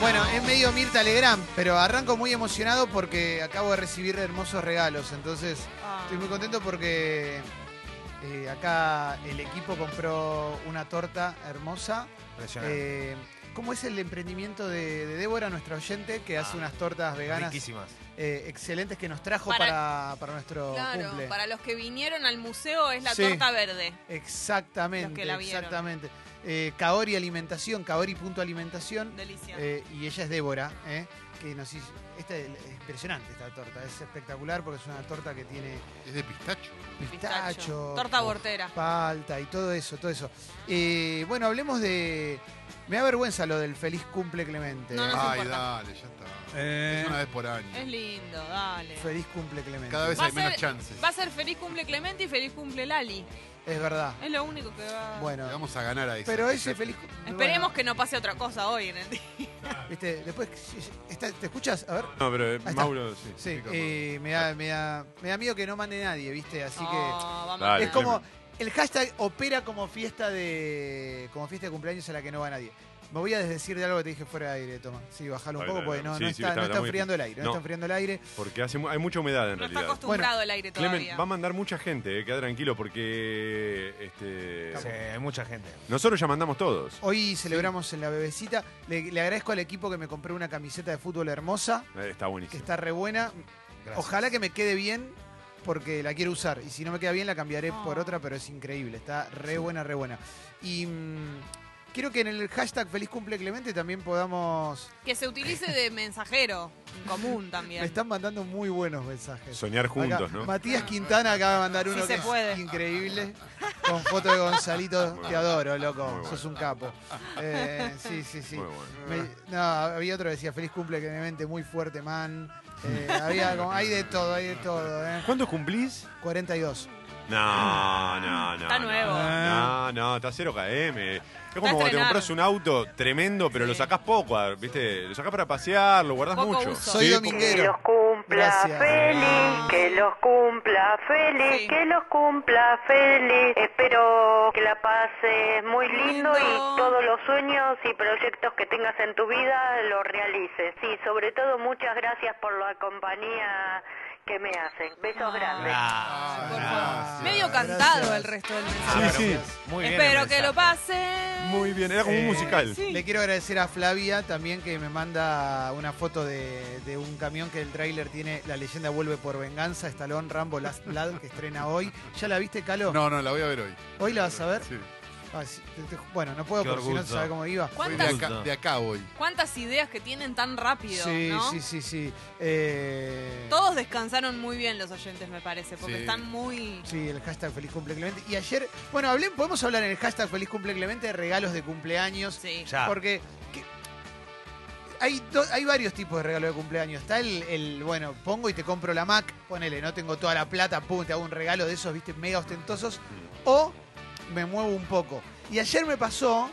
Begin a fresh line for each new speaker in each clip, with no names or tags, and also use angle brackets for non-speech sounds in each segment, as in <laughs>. Bueno, es medio Mirta Legrand, pero arranco muy emocionado porque acabo de recibir hermosos regalos. Entonces,
Ah,
estoy muy contento porque eh, acá el equipo compró una torta hermosa.
Impresionante.
Eh, ¿Cómo es el emprendimiento de, de Débora, nuestra oyente, que hace
Ah,
unas tortas veganas
Riquísimas.
eh, excelentes que nos trajo para,
Para-
para nuestro
Claro,
cumple?
para los que vinieron al museo es la
Sí.
torta verde.
Exactamente,
Los que la vieron.
exactamente. Eh, Kaori Alimentación, Kaori.alimentación.
Delicia.
Eh, y ella es Débora, ¿eh? que nos hizo. Esta es es impresionante esta torta, es espectacular porque es una torta que tiene
Es de pistacho.
Pistacho.
pistacho, eh,
Torta bortera.
palta y todo eso, todo eso. Eh, bueno, hablemos de. Me da vergüenza lo del feliz cumple Clemente. eh.
No, no.
Ay,
importa.
dale, ya está.
Eh,
Es una vez por año.
Es lindo, dale.
Feliz cumple Clemente.
Cada vez
Va a
hay menos
ser-
chances.
Va a ser feliz cumple Clemente y feliz cumple Lali.
Es verdad.
Es lo único que va.
Le
Bueno,
vamos a ganar a esa.
pero ese feliz cu-
Esperemos que no pase otra cosa hoy en el día.
bueno, Viste, después. está- ¿Te escuchas? A ver.
No, pero eh,
está.
Mauro, sí.
Sí,
Pica,
eh, me, da, me, da, me da miedo que no mande nadie, ¿viste? Así que.
Oh, vamos
Dale,
a-
Es como el hashtag opera como fiesta de como fiesta de cumpleaños a la que no va nadie. Me voy a desdecir de algo que te dije fuera de aire, toma. Sí, bajalo un poco
Dale, dale,
porque no,
dale.
no
Sí, sí,
está,
está-
no
está
está
muy-
enfriando el aire, no,
no.
está enfriendo el aire.
Porque hace mu- hay mucha humedad en
No está
realidad.
acostumbrado el aire todavía.
Clemen, va a mandar mucha gente, eh, queda tranquilo porque este,
Sí, hay mucha gente.
nosotros ya mandamos todos.
Hoy celebramos en la bebecita. Le, le agradezco al equipo que me compró una camiseta de fútbol hermosa,
Eh, Está
que
buenísimo.
está re buena.
Gracias.
Ojalá que me quede bien porque la quiero usar. Y si no me queda bien la cambiaré
Oh.
por otra, pero es increíble. Está re buena, re buena. Y mm, quiero que en el hashtag Feliz Cumple Clemente también podamos...
Que se utilice de mensajero en común también.
Me están mandando muy buenos mensajes.
Soñar juntos,
Acá,
¿no?
Matías Quintana acaba de mandar uno
Sí se
que
puede.
es increíble. Con foto de Gonzalito,
Muy
te
bueno.
adoro, loco.
Muy bueno.
Sos un capo. Eh, sí, sí, sí.
Muy bueno.
Me- no, había otro que decía feliz cumple Clemente, muy fuerte, man. Eh, había como- hay de todo, hay de todo. ¿eh?
¿Cuántos cumplís?
42.
No, no, no.
Está
no.
nuevo.
No, no, está 0 KM. Es como
a
cuando te
estrenar.
compras un auto tremendo, pero lo
Sí.
sacás poco, a- ¿viste? Lo sacás para pasear, lo guardás
Poco
mucho.
uso.
Soy
Sí,
Que
dominguero.
los cumpla
Gracias.
feliz, que los cumpla feliz,
Ah. Sí.
que los cumpla feliz. Espero que la pases muy
Lindo.
lindo, y todos los sueños y proyectos que tengas en tu vida los realices. Sí, sobre todo muchas gracias por la compañía que me hacen. Besos
Ah.
grandes.
Ah,
Por
gracias.
favor. Medio cantado el resto del mensaje.
Sí, sí.
Muy bien. el
Espero que lo
mensaje.
pase.
Muy bien, era como un
Eh,
musical.
Sí.
Le quiero agradecer a Flavia también que me manda una foto de, de un camión que el tráiler tiene La leyenda vuelve por venganza, Estalón, Rambo, Last Blood, que estrena hoy. ¿Ya la viste, Calo?
No, no, la voy a ver hoy.
¿Hoy la vas a ver?
Sí.
Ah, sí, te- te- bueno, no puedo
Qué
porque si no
orgullo.
sabes cómo iba.
Voy de
¿Cuántas,
acá, de acá voy.
cuántas ideas que tienen tan rápido,
Sí,
¿no?
sí, sí, sí. Eh,
Todos descansaron muy bien los oyentes, me parece, porque
Sí.
están muy...
Sí, el hashtag Feliz Cumple Clemente. Y ayer, bueno, hablé, podemos hablar en el hashtag Feliz Cumple Clemente de regalos de cumpleaños.
Sí.
Ya.
Porque que- hay, do- hay varios tipos de regalo de cumpleaños. Está el, el, bueno, pongo y te compro la Mac, ponele, no tengo toda la plata, pum, te hago un regalo de esos, viste, mega ostentosos.
Mm.
O me muevo un poco. Y ayer me pasó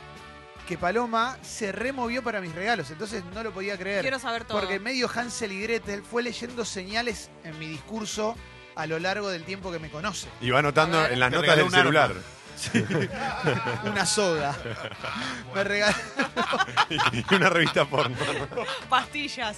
que Paloma se removió para mis regalos, entonces no lo podía creer.
Quiero saber todo.
Porque medio Hansel y Gretel fue leyendo señales en mi discurso a lo largo del tiempo que me
<laughs>
conoce.
Y va anotando
A ver.
en las
Te
notas
regaló
del
un arma.
celular. <laughs>
Una soda. Me regaló.
y una revista
<laughs>
porno.
Pastillas.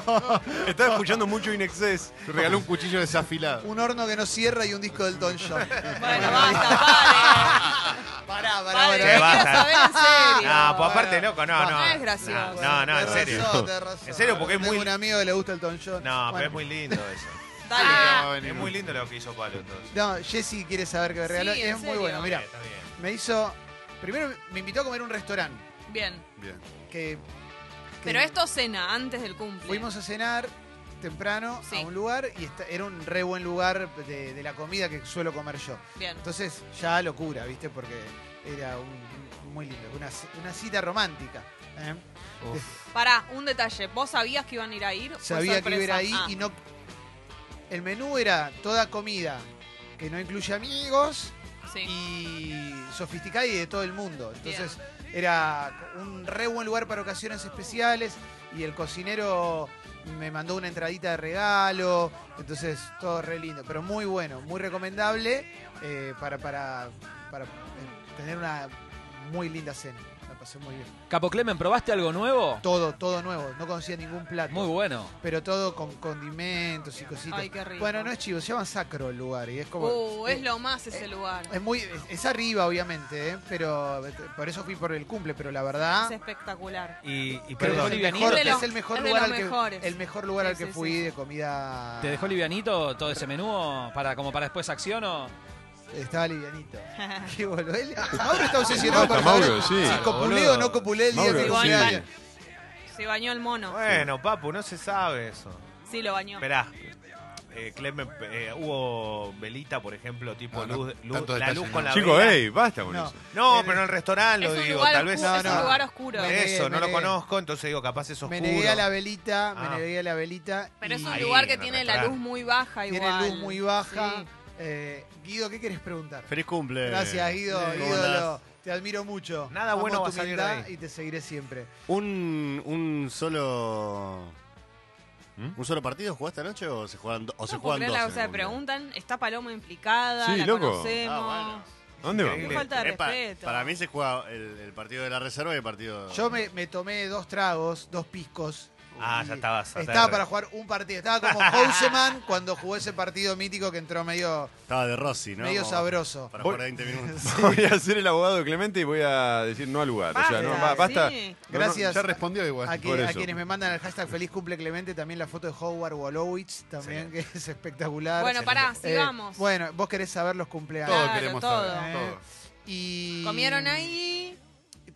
<laughs>
Estaba escuchando mucho In Excess.
Te regaló un cuchillo desafilado.
Un horno que no cierra y un disco del Don John.
Bueno, basta, pare.
Pará, pará,
Pare,
pará.
Che, basta.
quiero saber en serio.
No, pues aparte,
Bueno,
loco, no, no.
no es gracioso.
No, no, en
Tenés
serio.
razón, tenés razón.
En serio, porque es
Tengo
muy-
un amigo que le gusta el Don John.
No, pero
Bueno.
es muy lindo
<laughs>
eso.
Dale.
Ah,
Es muy lindo lo que hizo Palo entonces.
No, Jessy quiere saber qué me
Sí,
regaló.
en
es muy
serio.
bueno. Mira,
Está bien.
me hizo. Primero me invitó a comer a un restaurante.
Bien.
Bien.
Que, que
Pero esto cena, antes del cumple.
Fuimos a cenar temprano
Sí.
a un lugar y esta- era un re buen lugar de, de la comida que suelo comer yo.
Bien.
Entonces, ya locura, ¿viste? Porque era un- un- muy lindo. Una, c- una cita romántica. ¿eh?
Pará, un detalle. ¿Vos sabías que iban a ir a ir? Fue
Sabía que iba a ir
sorpresa.
ahí
Ah,
y no. El menú era toda comida que no incluye amigos
Ah, sí.
y sofisticada y de todo el mundo. Entonces era un re buen lugar para ocasiones especiales y el cocinero me mandó una entradita de regalo. Entonces todo re lindo, pero muy bueno, muy recomendable eh, para, para, para, eh, tener una muy linda cena. La pasé muy bien.
Capo Clemen, ¿probaste algo nuevo?
Todo, todo nuevo. No conocía ningún plato.
Muy bueno.
Pero todo con condimentos y cositas.
Ay, qué rico.
Bueno, no es chivo, se llama sacro el lugar y es como.
Uh, es lo más ese lugar.
Es muy, es, es arriba, obviamente, ¿eh? pero por eso fui por el cumple, pero la verdad.
Es espectacular.
Y, y
Creo que
perdón,
es el
livianito.
Es
mejor,
de los-
es el mejor
es de
lugar
los
al
mejores.
que el mejor lugar
Sí,
al que
sí,
fui
sí.
de comida.
¿Te dejó livianito todo ese menú para como para después acción o...?
Estaba
<laughs>
livianito. Qué boludo. Él- Mauro está obsesionado
Está
con saber
Mauro, sí.
si copulé o no copulé el día
Mauro,
que
sí.
cumpleaños.
Se bañó el mono.
Bueno, papu, no se sabe eso.
Sí, lo bañó.
Esperá. Eh, Clemen, eh, hubo velita, por ejemplo, tipo
No, no,
luz, luz- la
tanto detalle,
luz
no.
con la
Chicos,
vela.
ey, basta con
No.
eso.
No, pero en el restaurante
Es
lo
un
digo,
lugar
tal vez.
oscuro,
es un
Ah,
lugar
oscuro.
por
Me negué,
Eso, no
me
lo
negué.
conozco, entonces digo, capaz es oscuro.
Me negué a la velita,
Ah.
me negué a la velita.
Pero es
y
un
Ahí,
lugar que
en el
tiene la
restaurante.
luz muy baja
Tiene
igual.
luz muy baja.
Sí.
Eh, Guido, ¿qué querés preguntar?
Feliz cumple.
Gracias, Guido,
¿Cómo andás?
ídolo. Te admiro mucho.
Nada
Amo
bueno va
tu
a salir de
humildad
ahí.
y te seguiré siempre.
Un, un solo.
¿Mm?
¿Un solo partido jugaste anoche o se juegan, do- o se
No puedo
juegan
creer
dos?
la-
en
o
el
sea,
Mundial?
preguntan, ¿está Paloma implicada?
Sí,
¿La
loco.
conocemos?
Ah,
¿A dónde
Qué
vamos?
Increíble.
falta de
Es pa-
respeto.
para mí se juega el, el partido de la reserva y el partido.
Yo me, me tomé dos tragos, dos piscos.
Ah,
y
ya estabas, ya
Estaba
estabas.
para jugar un partido. Estaba como
<laughs>
Houseman cuando jugó ese partido mítico que entró medio.
Estaba de Rossi, ¿no?
Medio
Como-
sabroso.
Para
Voy-
jugar 20 minutos.
<laughs>
<laughs>
Voy a ser el abogado de Clemente y voy a decir no al lugar. o sea, no,
Basta,
va- basta.
sí.
No, no,
Gracias.
Ya respondió igual.
A, que-
por
a
eso.
quienes me mandan el hashtag Feliz Cumple Clemente, también la foto de Howard Wolowitz, también, que es espectacular.
Bueno, pará,
Eh,
sigamos.
bueno, vos querés saber los cumpleaños.
Todo
Claro,
queremos
todo.
saber.
Eh,
Todo.
Y...
Comieron ahí.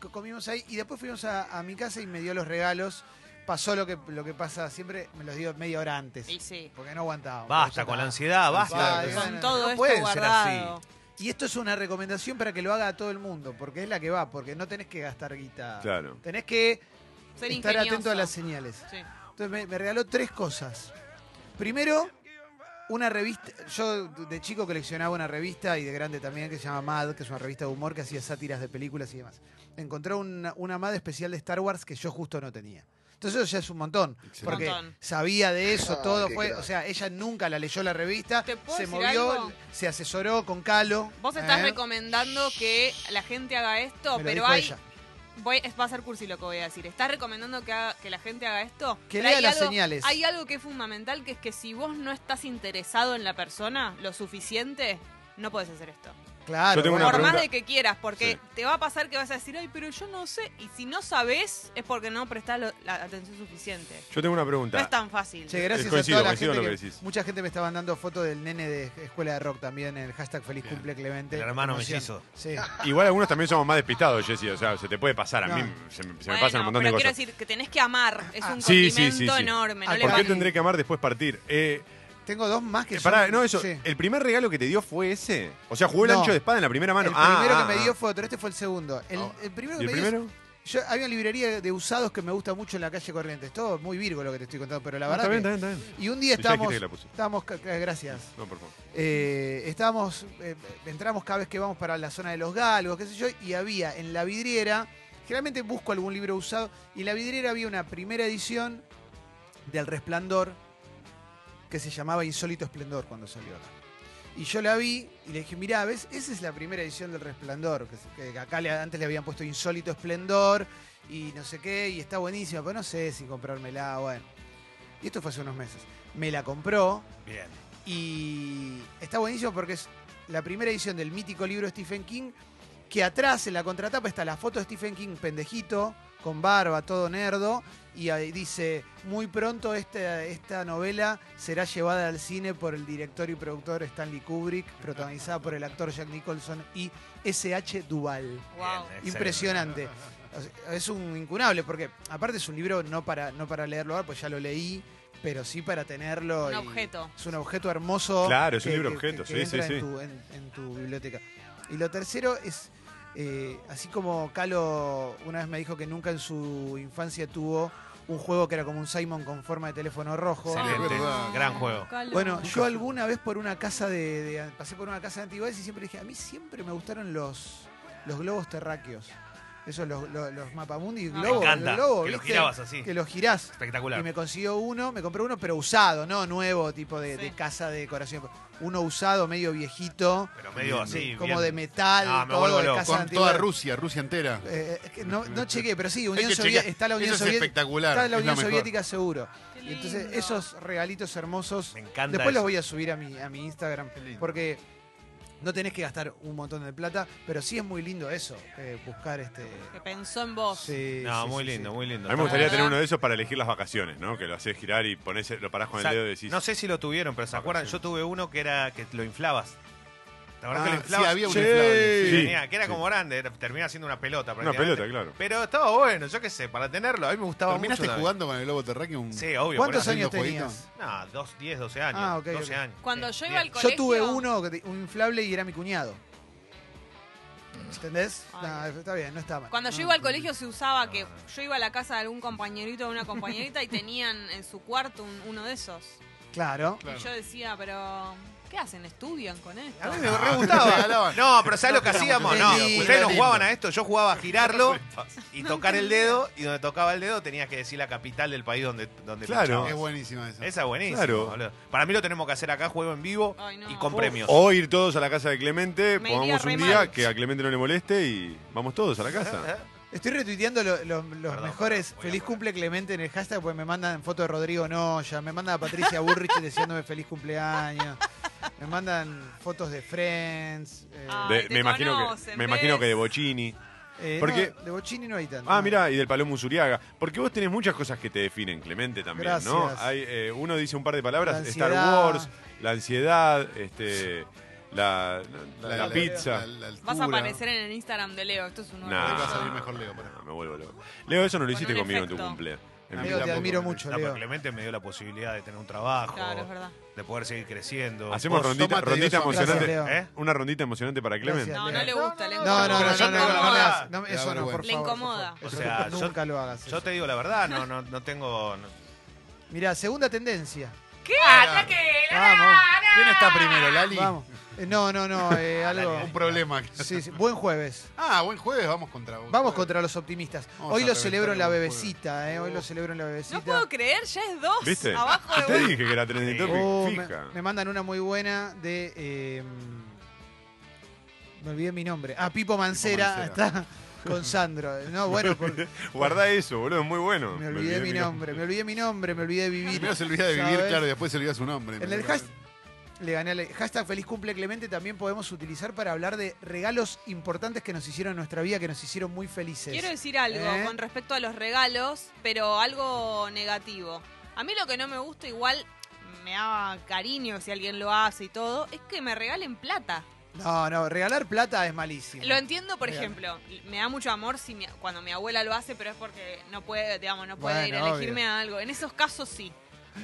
co- comimos ahí y después fuimos a, a mi casa y me dio los regalos. Pasó lo que, lo que pasa siempre, me los dio media hora antes.
Y sí.
Porque no aguantaba.
Basta con la ansiedad, basta.
Ay,
Con
bueno,
todo
no
esto
pueden ser así.
guardado.
Y esto es una recomendación para que lo haga a todo el mundo, porque es la que va, porque no tenés que gastar guita.
Claro.
Tenés que
Ser
estar
ingenioso.
atento a las señales.
Sí.
Entonces me, me regaló tres cosas. Primero, una revista. Yo de chico coleccionaba una revista y de grande también que se llama Mad, que es una revista de humor que hacía sátiras de películas y demás. Encontré una, una Mad especial de Star Wars que yo justo no tenía. Entonces eso ya es un montón, porque
Montón.
sabía de eso,
Ah,
todo
qué
fue,
crack.
o sea, ella nunca la leyó la revista,
¿Te puedo
se
decir
movió,
algo?
se asesoró con Calo.
Vos estás
¿eh?
recomendando que la gente haga esto,
Me lo
pero
dijo
hay.
ella.
Voy, es- va a ser cursi lo que voy a decir. ¿Estás recomendando que, haga- que la gente haga esto?
Que
Pero
lea
hay
las
algo-
señales.
Hay algo que es fundamental, que es que si vos no estás interesado en la persona lo suficiente, no podés hacer esto.
Claro.
Yo tengo una
Por
bueno.
más
pregunta.
de que quieras, porque
Sí.
te va a pasar que vas a decir, ay, pero yo no sé. Y si no sabes, es porque no prestás lo- la atención suficiente.
Yo tengo una pregunta.
No es tan fácil.
Che, gracias
Eh, Coincido,
a toda la
coincido
gente.
en lo
que-
que decís.
mucha gente me estaba mandando fotos del nene de Escuela de Rock también en el hashtag Feliz Cumple Clemente.
El hermano
Emoción.
mellizo.
Sí.
Igual algunos también somos más despistados, Jessy. O sea, se te puede pasar. A
No.
mí se me, se me
Bueno,
pasan un montón de
pero
cosas. Ah.
quiero decir que tenés que amar. Es un
Sí, sí,
condimento
sí, sí.
enorme. No
Ah,
le
¿Por qué
ponen-
tendré que amar después partir? Eh,
Tengo dos más que
eh, pará,
son-
no, eso.
sí.
¿El primer regalo que te dio fue ese? O sea, jugó el
No.
ancho de espada en la primera mano.
el
Ah,
primero
ah,
que me
ah.
dio fue otro, este fue el segundo. El, el primero que
¿Y el
me dio-
primero?
yo- hay una librería de usados que me gusta mucho en la calle Corrientes. Todo muy virgo lo que te estoy contando, pero la
Ah,
verdad.
está bien,
que-
está bien, está bien.
Y un día
Ya dijiste
estábamos.
que la puse.
estábamos ca- ca- gracias.
No, por favor.
Eh, estábamos, eh, entramos cada vez que vamos para la zona de los galgos, qué sé yo, y había en la vidriera, generalmente busco algún libro usado, y en la vidriera había una primera edición del Resplandor que se llamaba Insólito Esplendor cuando salió acá. Y yo la vi y le dije, mirá, ¿ves? Esa es la primera edición del Resplandor, que, se- que acá le- antes le habían puesto Insólito Esplendor y no sé qué, y está buenísima, pero no sé si comprármela, bueno. Y esto fue hace unos meses. Me la compró,
Bien.
y está buenísimo porque es la primera edición del mítico libro de Stephen King, que atrás en la contratapa está la foto de Stephen King pendejito, con barba, todo nerdo, y ahí dice, muy pronto esta, esta novela será llevada al cine por el director y productor Stanley Kubrick, protagonizada por el actor Jack Nicholson y S.H. Duval.
Wow.
eh.
Bien,
Impresionante. O sea, Es un incunable, porque aparte es un libro no para, no para leerlo, pues ya lo leí, pero sí para tenerlo.
Un
y-
objeto.
Es un objeto hermoso.
Claro, es un libro objeto, sí,
entra
sí,
en
sí.
tu- en, en tu biblioteca. Y lo tercero es, eh, así como Calo una vez me dijo que nunca en su infancia tuvo un juego que era como un Simon con forma de teléfono rojo.
Excelente.
verdad.
Gran juego.
Calo.
Bueno, yo alguna vez por una casa de, de- pasé por una casa de antigüedades y siempre dije, a mí siempre me gustaron los, los globos terráqueos. Esos los, los, los mapamundi
Me
globos, los
encanta,
globos,
que los
¿viste?
girabas así.
Que los girás.
Espectacular.
Y me consiguió uno, me compré uno, pero usado, no nuevo, tipo de,
Sí.
de casa de decoración. Uno usado, medio viejito, eh,
Pero medio así.
como
bien.
de metal,
Ah, me
todo,
vuelvo
de
loco.
casa
Con
antigua.
toda Rusia, Rusia entera.
Eh, es que no, no chequé, pero sí,
Hay
Unión
que
Sovi-
chequear.
está la Unión,
Eso es
Soviética-
espectacular.
está la
es
Unión
mejor.
Soviética seguro.
Qué
Y entonces
lindo.
esos regalitos hermosos
Me encanta
Después los
eso.
voy a subir a mi, a mi Instagram porque no tenés que gastar un montón de plata, pero sí es muy lindo eso, eh, buscar este.
Que pensó en vos.
Sí,
No,
sí,
muy
sí,
lindo,
sí.
muy lindo.
A mí me gustaría
¿Verdad?
tener uno de esos para elegir las vacaciones, ¿no? Que lo haces girar y ponés, lo parás con
O sea,
el dedo y decís. Ah,
No sé si lo tuvieron, pero ¿se acuerdan? Yo tuve uno que era que lo inflabas. ¿Te acuerdas que lo
Ah, sí,
inflabas?
había un
Sí.
inflable. sí.
Sí.
Tenía- que era como grande, era- terminaba siendo una pelota.
Una
prácticamente.
pelota, claro.
Pero estaba bueno, yo qué sé, para tenerlo. A mí me gustaba
¿Terminaste
mucho.
jugando con el globo terráqueo?
Sí, obvio.
¿Cuántos
por eso-
haciendo
años tenías?
jueguitos.
No, dos, 10, 12 años.
Ah, ok,
12
ok.
años.
Cuando
Eh,
yo iba al
diez.
Yo
colegio.
tuve uno, que te- un inflable y era mi cuñado. ¿Entendés?
Ay.
No, está bien, no está mal.
Cuando yo iba al colegio se usaba que yo iba a la casa de algún compañerito o una compañerita y tenían en su cuarto un- uno de esos.
Claro.
Claro.
Y yo decía, pero ¿qué hacen? ¿Estudian con esto?
A mí me re <laughs> gustaba. No, pero ¿sabes lo que hacíamos? No,
Sí.
ustedes no jugaban a esto. Yo jugaba a girarlo y tocar el dedo. Y donde tocaba el dedo tenías que decir la capital del país donde, donde
Claro.
pinchabas.
Es buenísima esa.
Esa es buenísima.
Claro.
boludo. Para mí lo tenemos que hacer acá, juego en vivo
Ay, no.
y con premios.
O ir todos a la casa de Clemente,
Me
pongamos
iría
un
re
día
mal.
que a Clemente no le moleste y vamos todos a la casa.
Estoy retuiteando lo- lo- los
Perdón,
mejores
perdón, voy a
feliz
parar.
cumple Clemente en el hashtag, pues me mandan foto de Rodrigo Noya, me mandan a Patricia Burrich deseándome feliz cumpleaños, me mandan fotos de Friends. eh,
Ah,
De-
Ay, te
me imagino que,
conocen,
me imagino que
¿ves?
de Bocini.
eh,
¿por
no,
qué?
de Bochini no hay tanto.
Ah, mira, y del Palomo Usuriaga. Porque vos tenés muchas cosas que te definen, Clemente, también, ¿no?
Gracias.
Hay, eh, uno dice un par de palabras,
La
Star
ansiedad.
Wars, la ansiedad, este, la, la- la pizza.
Vas a aparecer en el Instagram de Leo. Esto es un nuevo.
Ahí
Nah.
va a
episodio.
salir mejor Leo. pará.
No, me vuelvo loco. Leo, eso no lo
Con
hiciste
un
conmigo en tu
efecto.
cumpleaños. En
A
mi-
mí
Leo, te
tampoco,
admiro
me
mucho,
No, pero
Leo.
Clemente me dio la posibilidad de tener un trabajo,
Claro, es verdad.
de poder seguir creciendo.
Hacemos
Vos
rondita,
tomate
rondita
dos horas.
emocionante.
Gracias, Leo.
¿Eh?
Una rondita emocionante para Clemente.
Gracias.
No, no le gusta. le
No,
incomoda.
no, no,
Pero
no,
yo
no,
te
no,
digo la
no me
verdad.
hagas- no,
Te da
eso no, por favor.
vergüenza.
Le incomoda.
por favor.
O
Eso
sea, yo-
nunca lo hagas.
Yo te digo la verdad,
<laughs>
no, no, no tengo. no-
Mira, segunda tendencia.
¿Qué? ¡Ataque!
Vamos,
¿Quién
Ah,
está primero, Lali?
vamos. Eh, no, no, no,
<laughs>
eh, algo.
Un problema.
<laughs> Sí, sí, Buen jueves.
Ah, buen jueves, vamos contra vos.
Vamos contra los optimistas.
Vamos
Hoy
a
lo celebro en la
reventar un
bebecita, eh, hoy lo celebro en la bebecita.
No puedo creer, ya es dos.
¿Viste?
Abajo
Yo
de
te
uno.
dije que era trending topic.
Oh, me,
Fija.
me mandan una muy buena de. eh, me olvidé mi nombre. Ah, Pipo Mancera,
Mancera.
está con Sandro. No,
<laughs>
bueno, porque
Guardá eso, boludo, es muy bueno.
me olvidé mi nombre, me olvidé mi nombre, me olvidé de vivir.
Primero se olvida de vivir,
¿Sabes?
claro, y después se olvida su nombre.
En el hashtag. Le gané al hashtag Feliz Cumple Clemente también podemos utilizar para hablar de regalos importantes que nos hicieron en nuestra vida, que nos hicieron muy felices.
Quiero decir algo
¿Eh?
con respecto a los regalos, pero algo negativo. A mí lo que no me gusta igual, me da cariño si alguien lo hace y todo, es que me regalen plata.
No, no, regalar plata es malísimo.
Lo entiendo, por
Real.
ejemplo, me da mucho amor si mi- cuando mi abuela lo hace, pero es porque no puede, digamos, no puede
Bueno,
ir a elegirme
obvio.
a algo. En esos casos sí.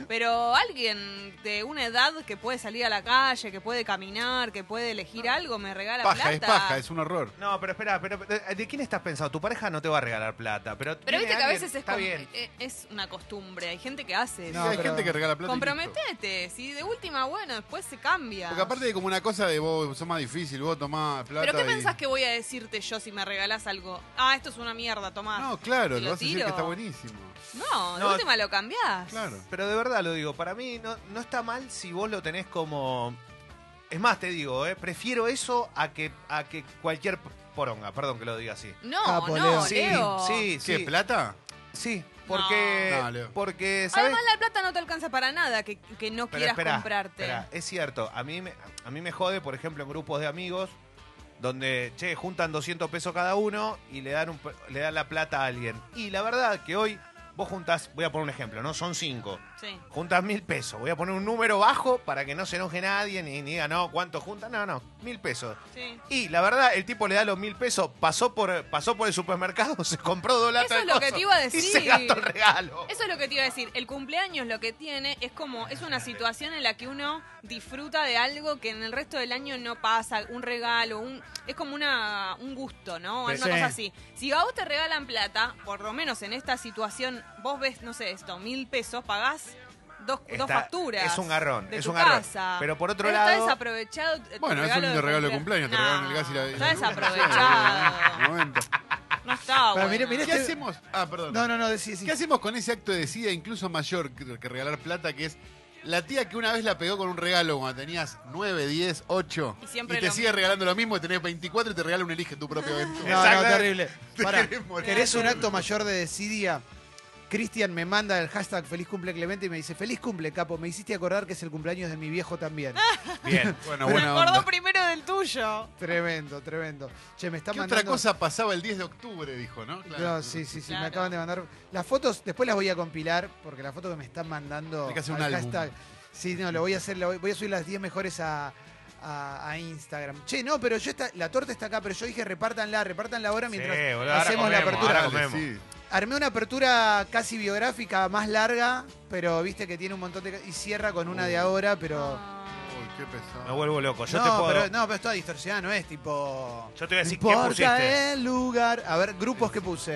Pero alguien de una edad que puede salir a la calle, que puede caminar, que puede elegir algo, me regala
Paja, es
plata.
paja, es un horror.
No, pero espera, pero ¿de de quién estás pensando? Tu pareja no te va a regalar plata, pero
Pero
viene
viste que a
alguien-
veces es,
está
com-
bien.
e- es una costumbre, hay gente que hace
No,
Sí, hay
pero-
gente que regala plata. y listo.
Comprometete, si de última, bueno, después se cambia.
Porque aparte de como una cosa de vos sos más difícil, vos tomás plata.
Pero ¿qué
y-
pensás que voy a decirte yo si me regalás algo? Ah, esto es una mierda, Tomás.
No, claro,
¿Te
lo
lo
vas a decir
tiro?
que está buenísimo.
No, de
No,
última lo cambiás.
Claro.
Pero de verdad lo digo, para mí no, no está mal si vos lo tenés como. Es más, te digo, eh, prefiero eso a que, a que cualquier poronga, perdón que lo diga así.
No,
Capo,
no,
Leo.
Sí,
Leo.
sí,
¿Qué,
sí.
plata?
Sí, porque.
No. No, Leo.
porque, ¿sabes?
Además la plata no te alcanza para nada que, que no
Pero
quieras
esperá,
comprarte.
esperá, es cierto, a mí, me, a mí me jode, por ejemplo, en grupos de amigos donde, che, juntan 200 pesos cada uno y le dan, un pe- le dan la plata a alguien. Y la verdad que hoy vos juntás, voy a poner un ejemplo, ¿no? Son cinco.
Sí.
Juntas mil pesos. Voy a poner un número bajo para que no se enoje nadie ni, ni diga, no, ¿cuánto juntas? No, no, mil pesos.
sí.
Y la verdad, el tipo le da los mil pesos, pasó por, pasó por el supermercado, <laughs> se compró dos latas
Eso es
de
lo que
coso
te iba a
<laughs> Y se
decir.
gastó el regalo.
Eso es lo que te iba a decir. El cumpleaños lo que tiene es como, es una situación en la que uno disfruta de algo que en el resto del año no pasa, un regalo, un, es como una, un gusto, ¿no? Una
Sí.
cosa así. Si a vos te regalan plata, por lo menos en esta situación, vos ves, no sé, esto, mil pesos, pagás dos, dos
Está-
facturas.
Es un garrón,
de
es
tu
un garrón.
casa.
Pero por otro
Pero
lado.
Está desaprovechado. eh, tu
<laughs> Bueno, es un lindo regalo de cumpleaños, te regalan el gas y la- y
Está
la
<laughs>
luz.
desaprovechado.
Momento.
No está
Pero
bueno.
mire, mire
¿Qué
este-
hacemos? Ah, perdón.
No, no, no, decí, decí.
¿Qué hacemos con ese acto de decida incluso mayor que que regalar plata, que es la tía que una vez la pegó con un regalo cuando tenías 9, 10, 8
Y siempre
te
lo
sigue
mismo.
regalando lo mismo, tenés 24 y te regala un elige tu propia
<laughs>
aventura?
No, no,
Exacto.
terrible.
Te
Pará,
querés morir.
¿querés un acto mayor de desidia? Cristian me manda el hashtag feliz cumple Clemente y me dice, feliz cumple, capo, me hiciste acordar que es el cumpleaños de mi viejo también.
Ah.
Bien.
Bueno,
Me
buena
acordó
onda.
primero del tuyo.
tremendo, tremendo. Che, me está
¿Qué
mandando...
otra cosa pasaba el 10 de octubre, dijo, no?
No, sí, sí, sí, me
Claro.
acaban de mandar. Las fotos, después las voy a compilar, porque las fotos que me están mandando.
Hay que hacer un
al
álbum.
sí, no, lo voy a hacer, lo voy, voy a subir las 10 mejores a, a- a Instagram. Che, no, pero yo esta, la torta está acá, pero yo dije repártanla, repártanla ahora mientras
Sí, boludo, ahora
hacemos la
comemos,
apertura.
ahora
Dale,
comemos.
sí.
Armé una apertura casi biográfica, más larga, pero viste que tiene un montón de. ca- y cierra con una de ahora, pero.
Uy, qué pesado.
Me vuelvo loco. Uh. Yo
no,
te puedo.
pero, no, pero está distorsionada, no es tipo.
Yo te voy a decir
no
qué
importa
pusiste.
el lugar. A ver, grupos que puse.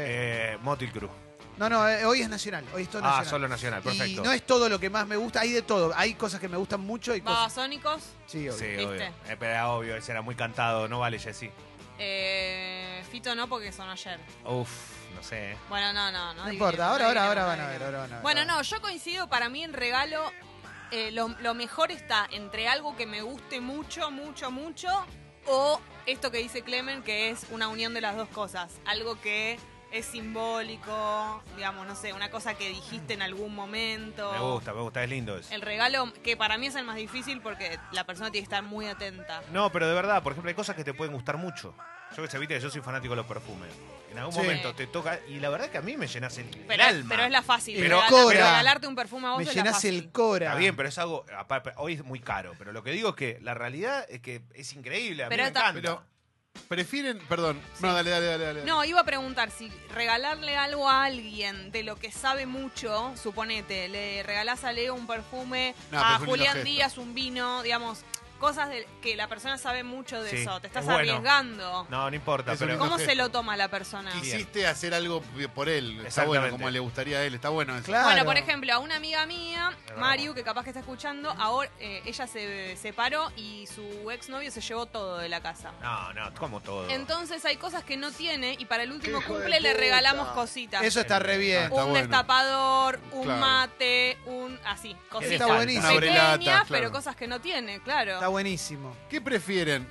Eh, Motil Cruz.
No, no, eh, hoy es nacional. Hoy es todo
Ah,
nacional.
solo nacional, perfecto.
Y no es todo lo que más me gusta, hay de todo. Hay cosas que me gustan mucho y cosas.
Babasónicos.
Sí, obvio.
Sí,
¿Viste?
obvio. Eh, pero era obvio, ese era muy cantado, no vale, Jessy.
Eh, Fito no porque son ayer.
Uf, no sé. eh.
Bueno, no, no, no.
No
adivinemos,
importa, ahora, ahora, ahora
adivinemos,
van a
adivinemos.
ver, ahora van a ver.
Bueno,
ahora.
no, yo coincido, para mí el regalo, eh, lo, lo mejor está entre algo que me guste mucho, mucho, mucho, o esto que dice Clemen, que es una unión de las dos cosas, algo que es simbólico, digamos, no sé, una cosa que dijiste en algún momento.
Me gusta, me gusta, es lindo eso.
El regalo, que para mí es el más difícil porque la persona tiene que estar muy atenta.
No, pero de verdad, por ejemplo, hay cosas que te pueden gustar mucho. Yo que se viste, que yo soy fanático de los perfumes. En algún
Sí.
momento te toca. Y la verdad que a mí me llenas el, el
Pero,
alma.
pero es la fácil,
El
regala-
Cora.
regalarte un perfume a vos
Me
es la
llenás
fácil.
el cora.
Está bien, pero es algo. apa- pa- Hoy es muy caro. Pero lo que digo es que la realidad es que es increíble. A mí
Pero
me
está-
encanta.
Pero prefieren, perdón. No, dale, dale, dale, dale.
No, iba a preguntar si regalarle algo a alguien de lo que sabe mucho, suponete, le regalás a Leo un perfume, a
No, pero es un lindo
Julián
gesto.
Díaz un vino, digamos, cosas de, que la persona sabe mucho de
Sí,
eso, te
es
estás
bueno.
arriesgando.
No, no importa.
Es un
Pero,
lindo
¿Cómo se
gesto.
lo toma la persona?
Y-
Quisiste hacer algo por él. Está bueno,
Exactamente.
como le gustaría a él. Está bueno eso.
Claro.
Bueno, por ejemplo, a una amiga mía,
Es verdad.
Mario, que capaz que está escuchando, ahora eh, ella se separó y su exnovio se llevó todo de la casa.
No, no, como todo.
Entonces hay cosas que no tiene y para el último
¡Qué hijo de
cumple le
puta!
regalamos cositas.
Eso está re bien.
Ah,
un
bueno.
destapador, un
Claro.
mate, un así, cositas.
Está
falta.
buenísimo.
Una breve-
Pequeñas,
Abrelata,
pero
claro.
cosas que no tiene, claro.
Está buenísimo.
¿Qué prefieren?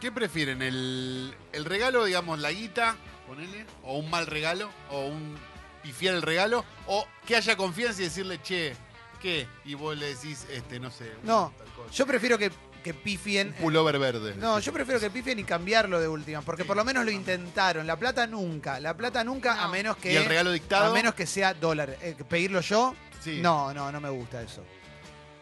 ¿Qué prefieren? ¿El, el regalo, digamos, la guita, ponele? ¿O un mal regalo? ¿O un pifiar el regalo? ¿O que haya confianza y decirle, che, qué? Y vos le decís, este, no sé. un
No,
tal cosa.
yo prefiero que, que
Un
pifien. eh,
pullover verde.
No, yo prefiero que pifien y cambiarlo de última, porque por lo menos lo intentaron. La plata nunca, la plata nunca,
No.
a menos que.
¿Y el regalo dictado?
A menos que sea dólar. Eh, pedirlo yo,
Sí.
no, no, no me gusta eso.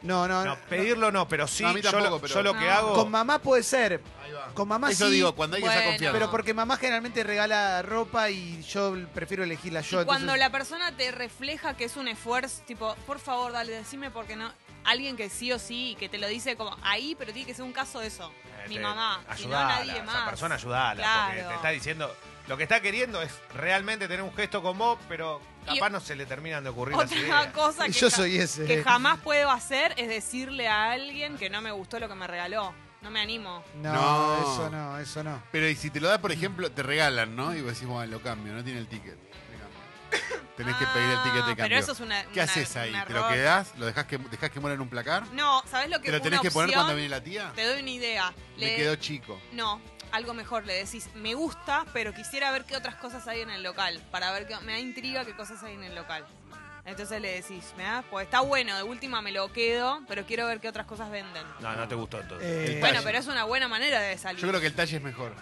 No, no,
No,
no.
pedirlo no, pero sí.
No, a mí
yo, lo,
tampoco, pero-
yo lo que
No.
hago.
Con mamá puede ser.
Ahí va.
Con mamá
Eso
sí.
digo, cuando hay que esa
Bueno.
confianza.
Pero porque mamá generalmente regala ropa y yo prefiero elegirla
Y
yo.
cuando
entonces-
la persona te refleja que es un esfuerzo, tipo, por favor, dale, decime porque no. Alguien que sí o sí, que te lo dice como ahí, pero tiene que ser un caso de eso.
eh,
Mi
te-
mamá, si no
ayudala,
nadie
esa
más.
persona ayudala. Porque
Claro.
te está diciendo. Lo que está queriendo es realmente tener un gesto con vos, pero capaz
Y-
no se le terminan de ocurrir las
Otra
ideas.
cosa que,
<laughs> Yo
ja-
soy ese.
que jamás puedo hacer es decirle a alguien que no me gustó lo que me regaló. No me animo.
No,
No.
eso no, eso no.
Pero y si te lo das, por ejemplo, te regalan, ¿no? Y vos decís, bueno, lo cambio, no tiene el ticket. Te cambio.
<coughs>
Tenés que pedir el ticket de
Ah,
cambio.
Pero eso es una.
¿Qué
una-
haces ahí?
un
¿Te lo
error.
quedás? ¿Lo dejás que, dejás que muera en un placar?
No, ¿sabes lo que
¿Te lo
una
tenés que poner cuando
opción?
viene la tía?
Te doy una idea.
Me
Le-
quedó chico.
No, algo mejor. Le decís, me gusta, pero quisiera ver qué otras cosas hay en el local. Para ver qué. Me da intriga qué cosas hay en el local. Entonces le decís, ¿me das? Pues está bueno, de última me lo quedo, pero quiero ver qué otras cosas venden.
No, no te gustó entonces.
Eh,
Bueno, pero es una buena manera de salir.
Yo creo que el talle es mejor.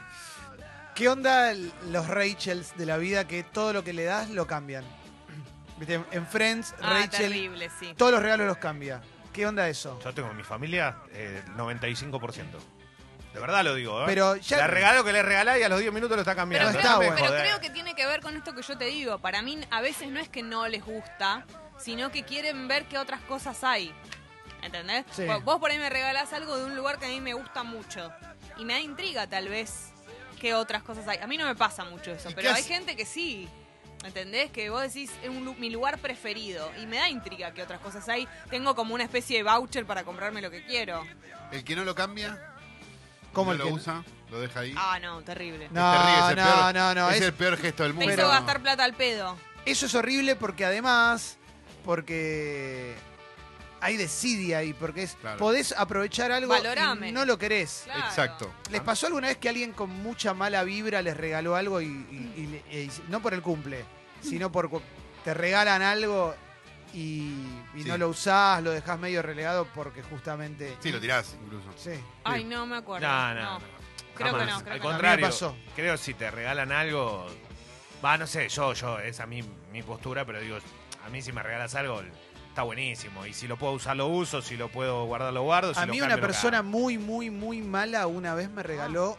¿Qué onda l- los Rachels de la vida que todo lo que le das lo cambian? <clears throat> Viste, en- En Friends,
Ah,
Rachel,
terrible, sí.
todos los regalos los cambia. ¿Qué onda eso?
Yo tengo en mi familia eh, 95%. De verdad lo digo, ¿eh?
Pero ya-
Le regalo que le regalá y a los 10 minutos lo está cambiando.
Pero,
No
creo,
está
Déjame
bueno.
pero
joder.
creo que tiene que ver con esto que yo te digo. Para mí, a veces no es que no les gusta, sino que quieren ver qué otras cosas hay. ¿Entendés?
Sí.
Vos- Vos por ahí me regalás algo de un lugar que a mí me gusta mucho. Y me da intriga, tal vez, qué otras cosas hay. A mí no me pasa mucho eso,
¿Y
pero
qué
hay
hace-
gente que sí. ¿Entendés? Que vos decís, es un lu- mi lugar preferido. Y me da intriga qué otras cosas hay. Tengo como una especie de voucher para comprarme lo que quiero.
El que no lo cambia,
¿Cómo
no
el
lo
que-
usa, lo lo deja ahí.
Ah, no, terrible.
No,
es terrible, es el
no,
peor-
no, no,
Es,
es-
el peor gesto del
Te
mundo.
hizo
Pero-
gastar plata al pedo.
Eso es horrible porque además, porque hay desidia y porque es,
Claro.
podés aprovechar algo
Valorame.
y no lo querés.
Claro.
Exacto.
¿Les pasó alguna vez que alguien con mucha mala vibra les regaló algo y, y- y le- e hice- no por el cumple, sino por cu- te regalan algo y, y
Sí.
no lo usás, lo dejás medio relegado porque justamente...
Sí, lo tirás incluso.
Sí.
Ay, no me acuerdo.
No, no, no.
Creo
Jamás.
que no, creo
Al
que no.
A mí
contrario,
me pasó.
creo si te regalan algo. Va, no sé, yo, yo, esa es mi, mi postura, pero digo, a mí si me regalas algo, está buenísimo. Y si lo puedo usar, lo uso. Si lo puedo guardar, lo guardo. si
A
lo
mí
cambio,
una
lo
persona
cambio.
muy, muy, muy mala una vez me regaló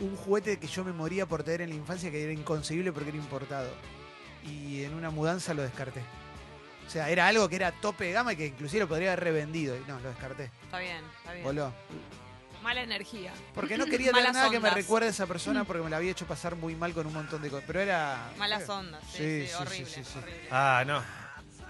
un juguete que yo me moría por tener en la infancia que era inconcebible porque era importado. Y en una mudanza lo descarté. O sea, era algo que era tope de gama y que inclusive lo podría haber revendido. Y no, lo descarté.
Está bien, está bien.
Voló.
Mala energía.
Porque no quería tener
Malas
nada que me
ondas.
recuerde a esa persona porque me la había hecho pasar muy mal con un montón de cosas. Pero era.
Malas
eh,
ondas. Sí,
Sí,
sí,
sí,
horrible.
sí, sí, sí.
horrible.
Ah, no.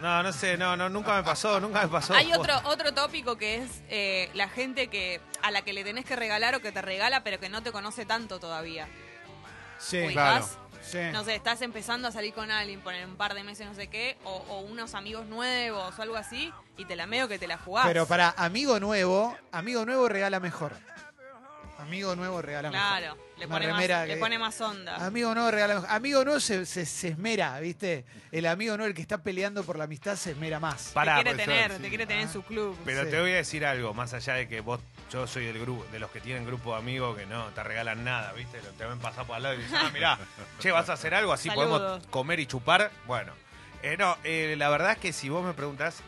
No, no sé, no, no, nunca me pasó, nunca me pasó.
Hay otro, otro tópico que es eh, la gente que a la que le tenés que regalar o que te regala, pero que no te conoce tanto todavía.
Sí,
Ubicás,
sí.
No sé, estás empezando a salir con alguien, poner un par de meses, no sé qué, o, o unos amigos nuevos o algo así, y te la medio que te la jugás.
Pero para amigo nuevo, amigo nuevo regala mejor. Amigo nuevo regala mejor.
Claro, le
Una
pone, más,
remera
le
que-
pone más onda.
Amigo nuevo regala mejor. Amigo nuevo se, se- se esmera, ¿viste? El amigo nuevo, el que está peleando por la amistad, se esmera más.
Pará,
te quiere
puede
tener,
ser, sí.
te quiere tener en su club.
Pero
Sí.
te voy a decir algo, más allá de que vos, yo soy del grupo, de los que tienen grupo de amigos que no te regalan nada, ¿viste? Lo- Te ven pasar por al lado y dicen, ah, mirá, che, vas a hacer algo, así
Saludos.
podemos comer y chupar. Bueno, eh, no, eh, la verdad es que si vos me preguntás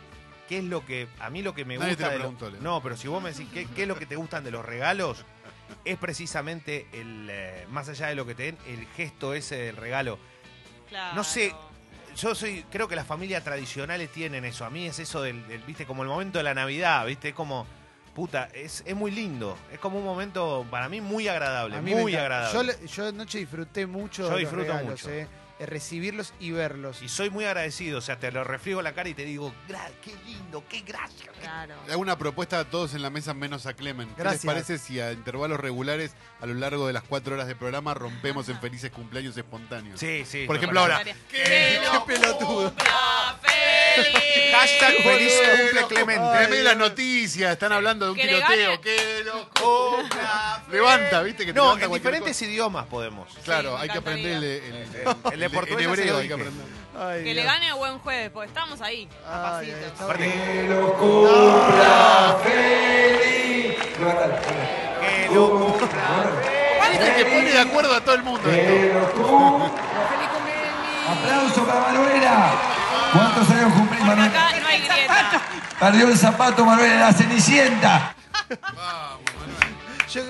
qué es lo que, a mí lo que me
Nadie te
gusta.
lo
de lo-
preguntó, Leo.
no, pero si vos me decís qué, qué es lo que te gustan de los regalos, es precisamente el, eh, más allá de lo que te den, el gesto ese del regalo.
Claro.
No sé, yo soy, creo que las familias tradicionales tienen eso. A mí es eso del, del, viste, como el momento de la Navidad, viste, es como, puta, es, es muy lindo. Es como un momento para mí muy agradable,
A mí me
muy
encanta.
agradable.
Yo, le- yo anoche disfruté mucho.
Yo
de los
disfruto
regalos,
mucho.
eh. Eh, Recibirlos y verlos.
Y soy muy agradecido, o sea, te lo refriego en la cara y te digo, "Gra- qué lindo, qué gracia. qué-".
Claro.
Le hago una propuesta a todos en la mesa menos a Clemen. ¿Qué
Gracias.
les parece si a intervalos regulares a lo largo de las cuatro horas de programa rompemos en felices cumpleaños espontáneos?
Sí, sí.
Por
me
ejemplo,
parece.
ahora. Eh,
¡Qué
pelotudo!
Hashtag feliz
¡Qué
cumple
lo-
Clemente.
Tremé las noticias, están hablando de un
Que le
tiroteo.
gane.
¡Qué
<laughs>
loco! Levanta, ¿viste? Que te
No,
levanta
en
cualquier
diferentes idiomas podemos.
cosa. Claro,
Sí, me
hay que aprender el, el, el,
El de portugués ya se
hebreo
lo
hay que
dije.
aprender.
Ay,
Que le
Dios.
gane a buen jueves, porque estamos ahí, a
Ay,
pasitos.
está
Aparte, que lo-
Viste que pone de acuerdo a todo el mundo esto.
Aplauso para Manuela. ¿Cuántos años cumplís,
Porque
Manuela?
acá no hay grieta.
Perdió el zapato, Manuela, la cenicienta.
Yo-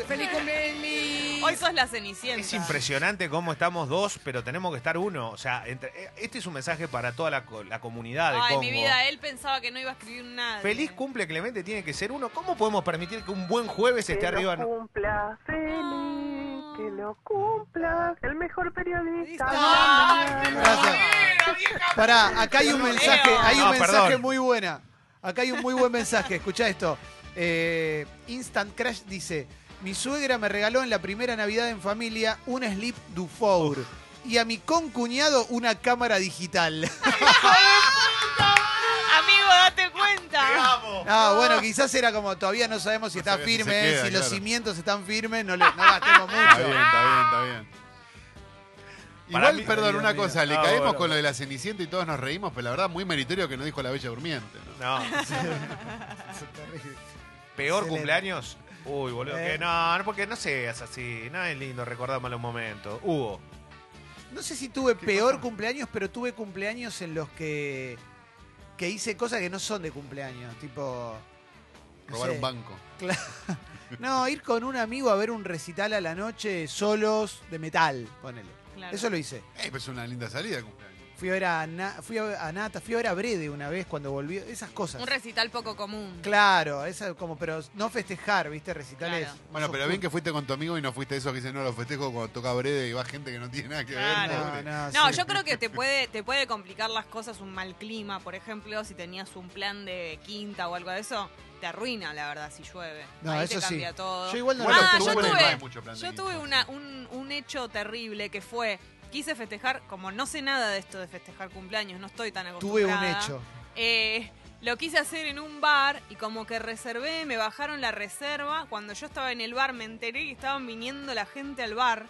Hoy sos la cenicienta.
Es impresionante cómo estamos dos, pero tenemos que estar uno. O sea, entre- eh, este es un mensaje para toda la, co- la comunidad de
Ay,
Congo.
mi vida, él pensaba que no iba a escribir nada.
Feliz cumple, Clemente, tiene que ser uno. ¿Cómo podemos permitir que un buen jueves esté arriba?
Que lo cumpla feliz, que lo cumpla el mejor periodista.
Gracias. Pará, acá hay un mensaje, hay un
No,
mensaje
perdón.
muy buena. Acá hay un muy buen mensaje, escucha esto. Eh, Instant Crash dice, mi suegra me regaló en la primera Navidad en familia un slip Dufour y a mi concuñado una cámara
<laughs>
digital.
Amigo, date cuenta.
Ah, bueno, quizás era como todavía no sabemos si está
sabía si se
firme,
queda,
si los
claro.
cimientos están firmes, no, le, no gastemos
Está
mucho.
bien, está bien, está bien.
Ah. Para
Igual,
mí-
perdón,
Dios
una
mío.
cosa, le
Ah,
caemos
bueno.
con lo de la Cenicienta y todos nos reímos, pero la verdad, muy meritorio que nos dijo la Bella Durmiente. ¿no?
No. <laughs> Peor
Excelente.
cumpleaños. Uy, boludo.
Eh.
que no, no, porque no seas así. No es lindo recordar malos momentos. Hugo.
No sé si tuve peor cumpleaños, pero tuve cumpleaños en los que, que hice cosas que no son de cumpleaños, tipo... no
Robar
sé.
un banco.
Cla- No, ir con un amigo a ver un recital a la noche solos de metal, ponele.
Claro.
Eso lo hice.
Eh, pues es una linda salida de cumpleaños.
Fui a ver a, Na- fui a, a Nata, fui a ver a Brede una vez cuando volvió. Esas cosas.
Un recital poco común.
Claro, esa como, pero no festejar, ¿viste? Recitales.
Claro.
más
Bueno, pero bien
oscuros.
que fuiste con tu amigo y no fuiste eso que dice no lo festejo cuando toca breve y va gente que no tiene nada que
Claro.
ver.
No,
pobre.
no,
No,
sí.
yo creo que te puede, te puede complicar las cosas un mal clima, por ejemplo, si tenías un plan de quinta o algo de eso, te arruina, la verdad, si llueve.
No,
Ahí
eso
te
sí.
cambia todo.
Yo igual no
Bueno,
ah, yo
octubre no hay
tuve,
mucho plan de
yo
quinta.
tuve una- un, un hecho terrible que fue, quise festejar, como no sé nada de esto de festejar cumpleaños, no estoy tan
tuve
acostumbrada.
un hecho.
Eh, lo quise hacer en un bar y como que reservé, me bajaron la reserva. Cuando yo estaba en el bar me enteré que estaban viniendo la gente al bar.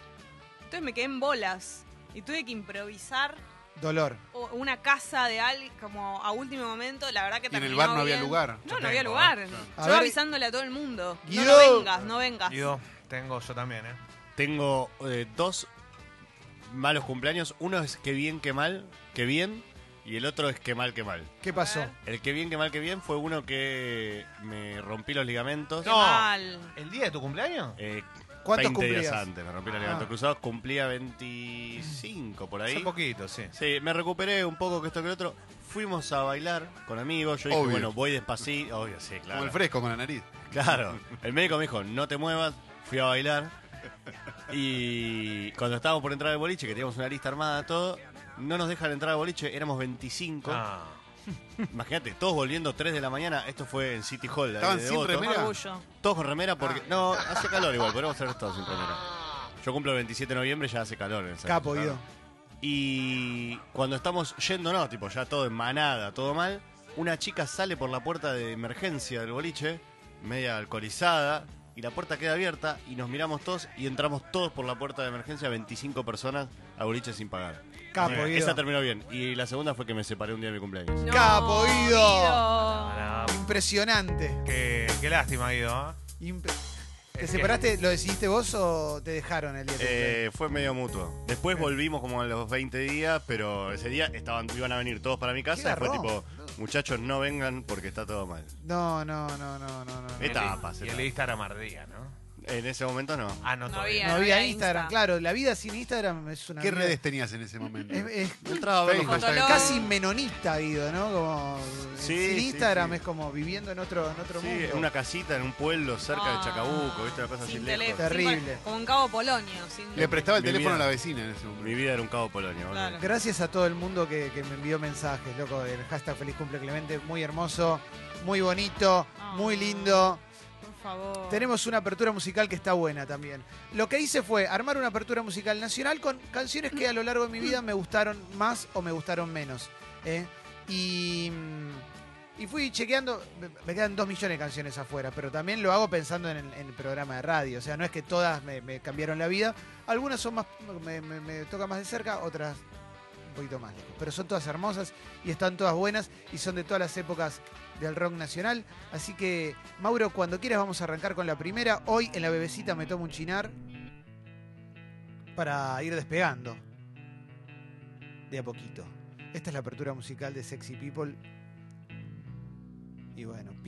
Entonces me quedé en bolas y tuve que improvisar
Dolor.
o- una casa de alguien como a último momento. La verdad que
Y en el
terminó
bar no había
bien.
lugar.
No, no había lugar.
A
Yo
ver-
avisándole a todo el mundo. No,
Guido.
no vengas, no vengas.
Guido, tengo yo también, ¿eh?
Tengo eh, dos malos cumpleaños. Uno es que bien, que mal, que bien. Y el otro es que mal, que mal.
¿Qué pasó?
ver.
El que bien, que mal, que bien fue uno que me rompí los ligamentos.
Qué
No.
mal.
¿El día de tu cumpleaños?
Eh,
¿Cuántos
20 días
cumplías?
antes me
Ah.
rompí los ligamentos cruzados. Cumplía 25 por ahí.
Hace poquito, sí.
Sí, me recuperé un poco que esto que el otro. Fuimos a bailar con amigos. Yo dije,
Obvio.
bueno, voy despacito. Obvio, sí,
Como el
claro.
fresco con la nariz.
Claro. El médico me dijo, no te muevas. Fui a bailar. Y cuando estábamos por entrar al boliche, que teníamos una lista armada, todo, no nos dejan entrar al boliche. Éramos 25.
Ah.
Imagínate, todos volviendo 3 de la mañana. Esto fue en City Hall. de ahí
Estaban
de
sin
Devoto.
remera. Mira.
Orgullo.
Todos con remera porque. No, hace calor igual, podemos hacer todos sin remera. Yo cumplo el 27 de noviembre, ya hace calor en esa
Capo,
época.
Guido.
Y cuando estamos yéndonos, tipo ya todo en manada, todo mal, una chica sale por la puerta de emergencia del boliche, media alcoholizada, y la puerta queda abierta y nos miramos todos y entramos todos por la puerta de emergencia, 25 personas al boliche sin pagar.
Capo,
Eh,
Guido.
Esa terminó bien. Y la segunda fue que me separé un día de mi cumpleaños.
No,
Capo, Guido.
Guido.
Ah, no,
Impresionante.
qué, qué lástima, Guido. ¿eh?
Impre- ¿Te
Es que-
separaste? ¿Lo decidiste vos o te dejaron el día? que
Eh, fue medio mutuo. Después volvimos como a los 20 días, pero ese día estaban, iban a venir todos para mi casa. Y
Qué
fue
garrón.
tipo, muchachos, no vengan porque está todo mal.
te- No, no, no, no, no, no. no.
Etapas.
Y el
etapas.
Instagram ardía, ¿no?
En ese momento no.
Ah, no,
No
todavía.
No
no
había
había
Instagram,
Insta.
claro. La vida sin Instagram es una.
¿Qué
vida-
redes tenías en ese momento?
Es, es
Yo entraba a verlos
Facebook,
con-
Fotolog.
casi menonista, Guido, ¿no? Como. eh,
Sí,
sin
sí,
Instagram
sí.
es como viviendo en otro, en otro
Sí,
mundo.
en una casita, en un pueblo cerca de Chacabuco, ¿viste? Una cosa así
sin
lejos.
teléfono.
Terrible.
Sin- Como en Cabo Polonio. Sin...
Le prestaba el
Mi
teléfono
vida.
a la vecina en ese momento.
Mi vida era un cabo Polonia. boludo.
Claro.
Gracias a todo el mundo que, que me envió mensajes, loco. El hashtag Feliz Cumple Clemente, muy hermoso, muy bonito, muy lindo.
Por favor.
Tenemos una apertura musical que está buena también. Lo que hice fue armar una apertura musical nacional con canciones que a lo largo de mi vida me gustaron más o me gustaron menos. ¿eh? Y, mm, y fui chequeando, me- me quedan dos millones de canciones afuera, pero también lo hago pensando en el, en el programa de radio. O sea, no es que todas me, me cambiaron la vida. Algunas son más, me, me- me tocan más de cerca, otras un poquito más lejos. Pero son todas hermosas y están todas buenas y son de todas las épocas del rock nacional. Así que, Mauro, cuando quieras vamos a arrancar con la primera. Hoy en la bebecita me tomo un chinar para ir despegando. De a poquito. Esta es la apertura musical de Sexy People. Y bueno, Pipo.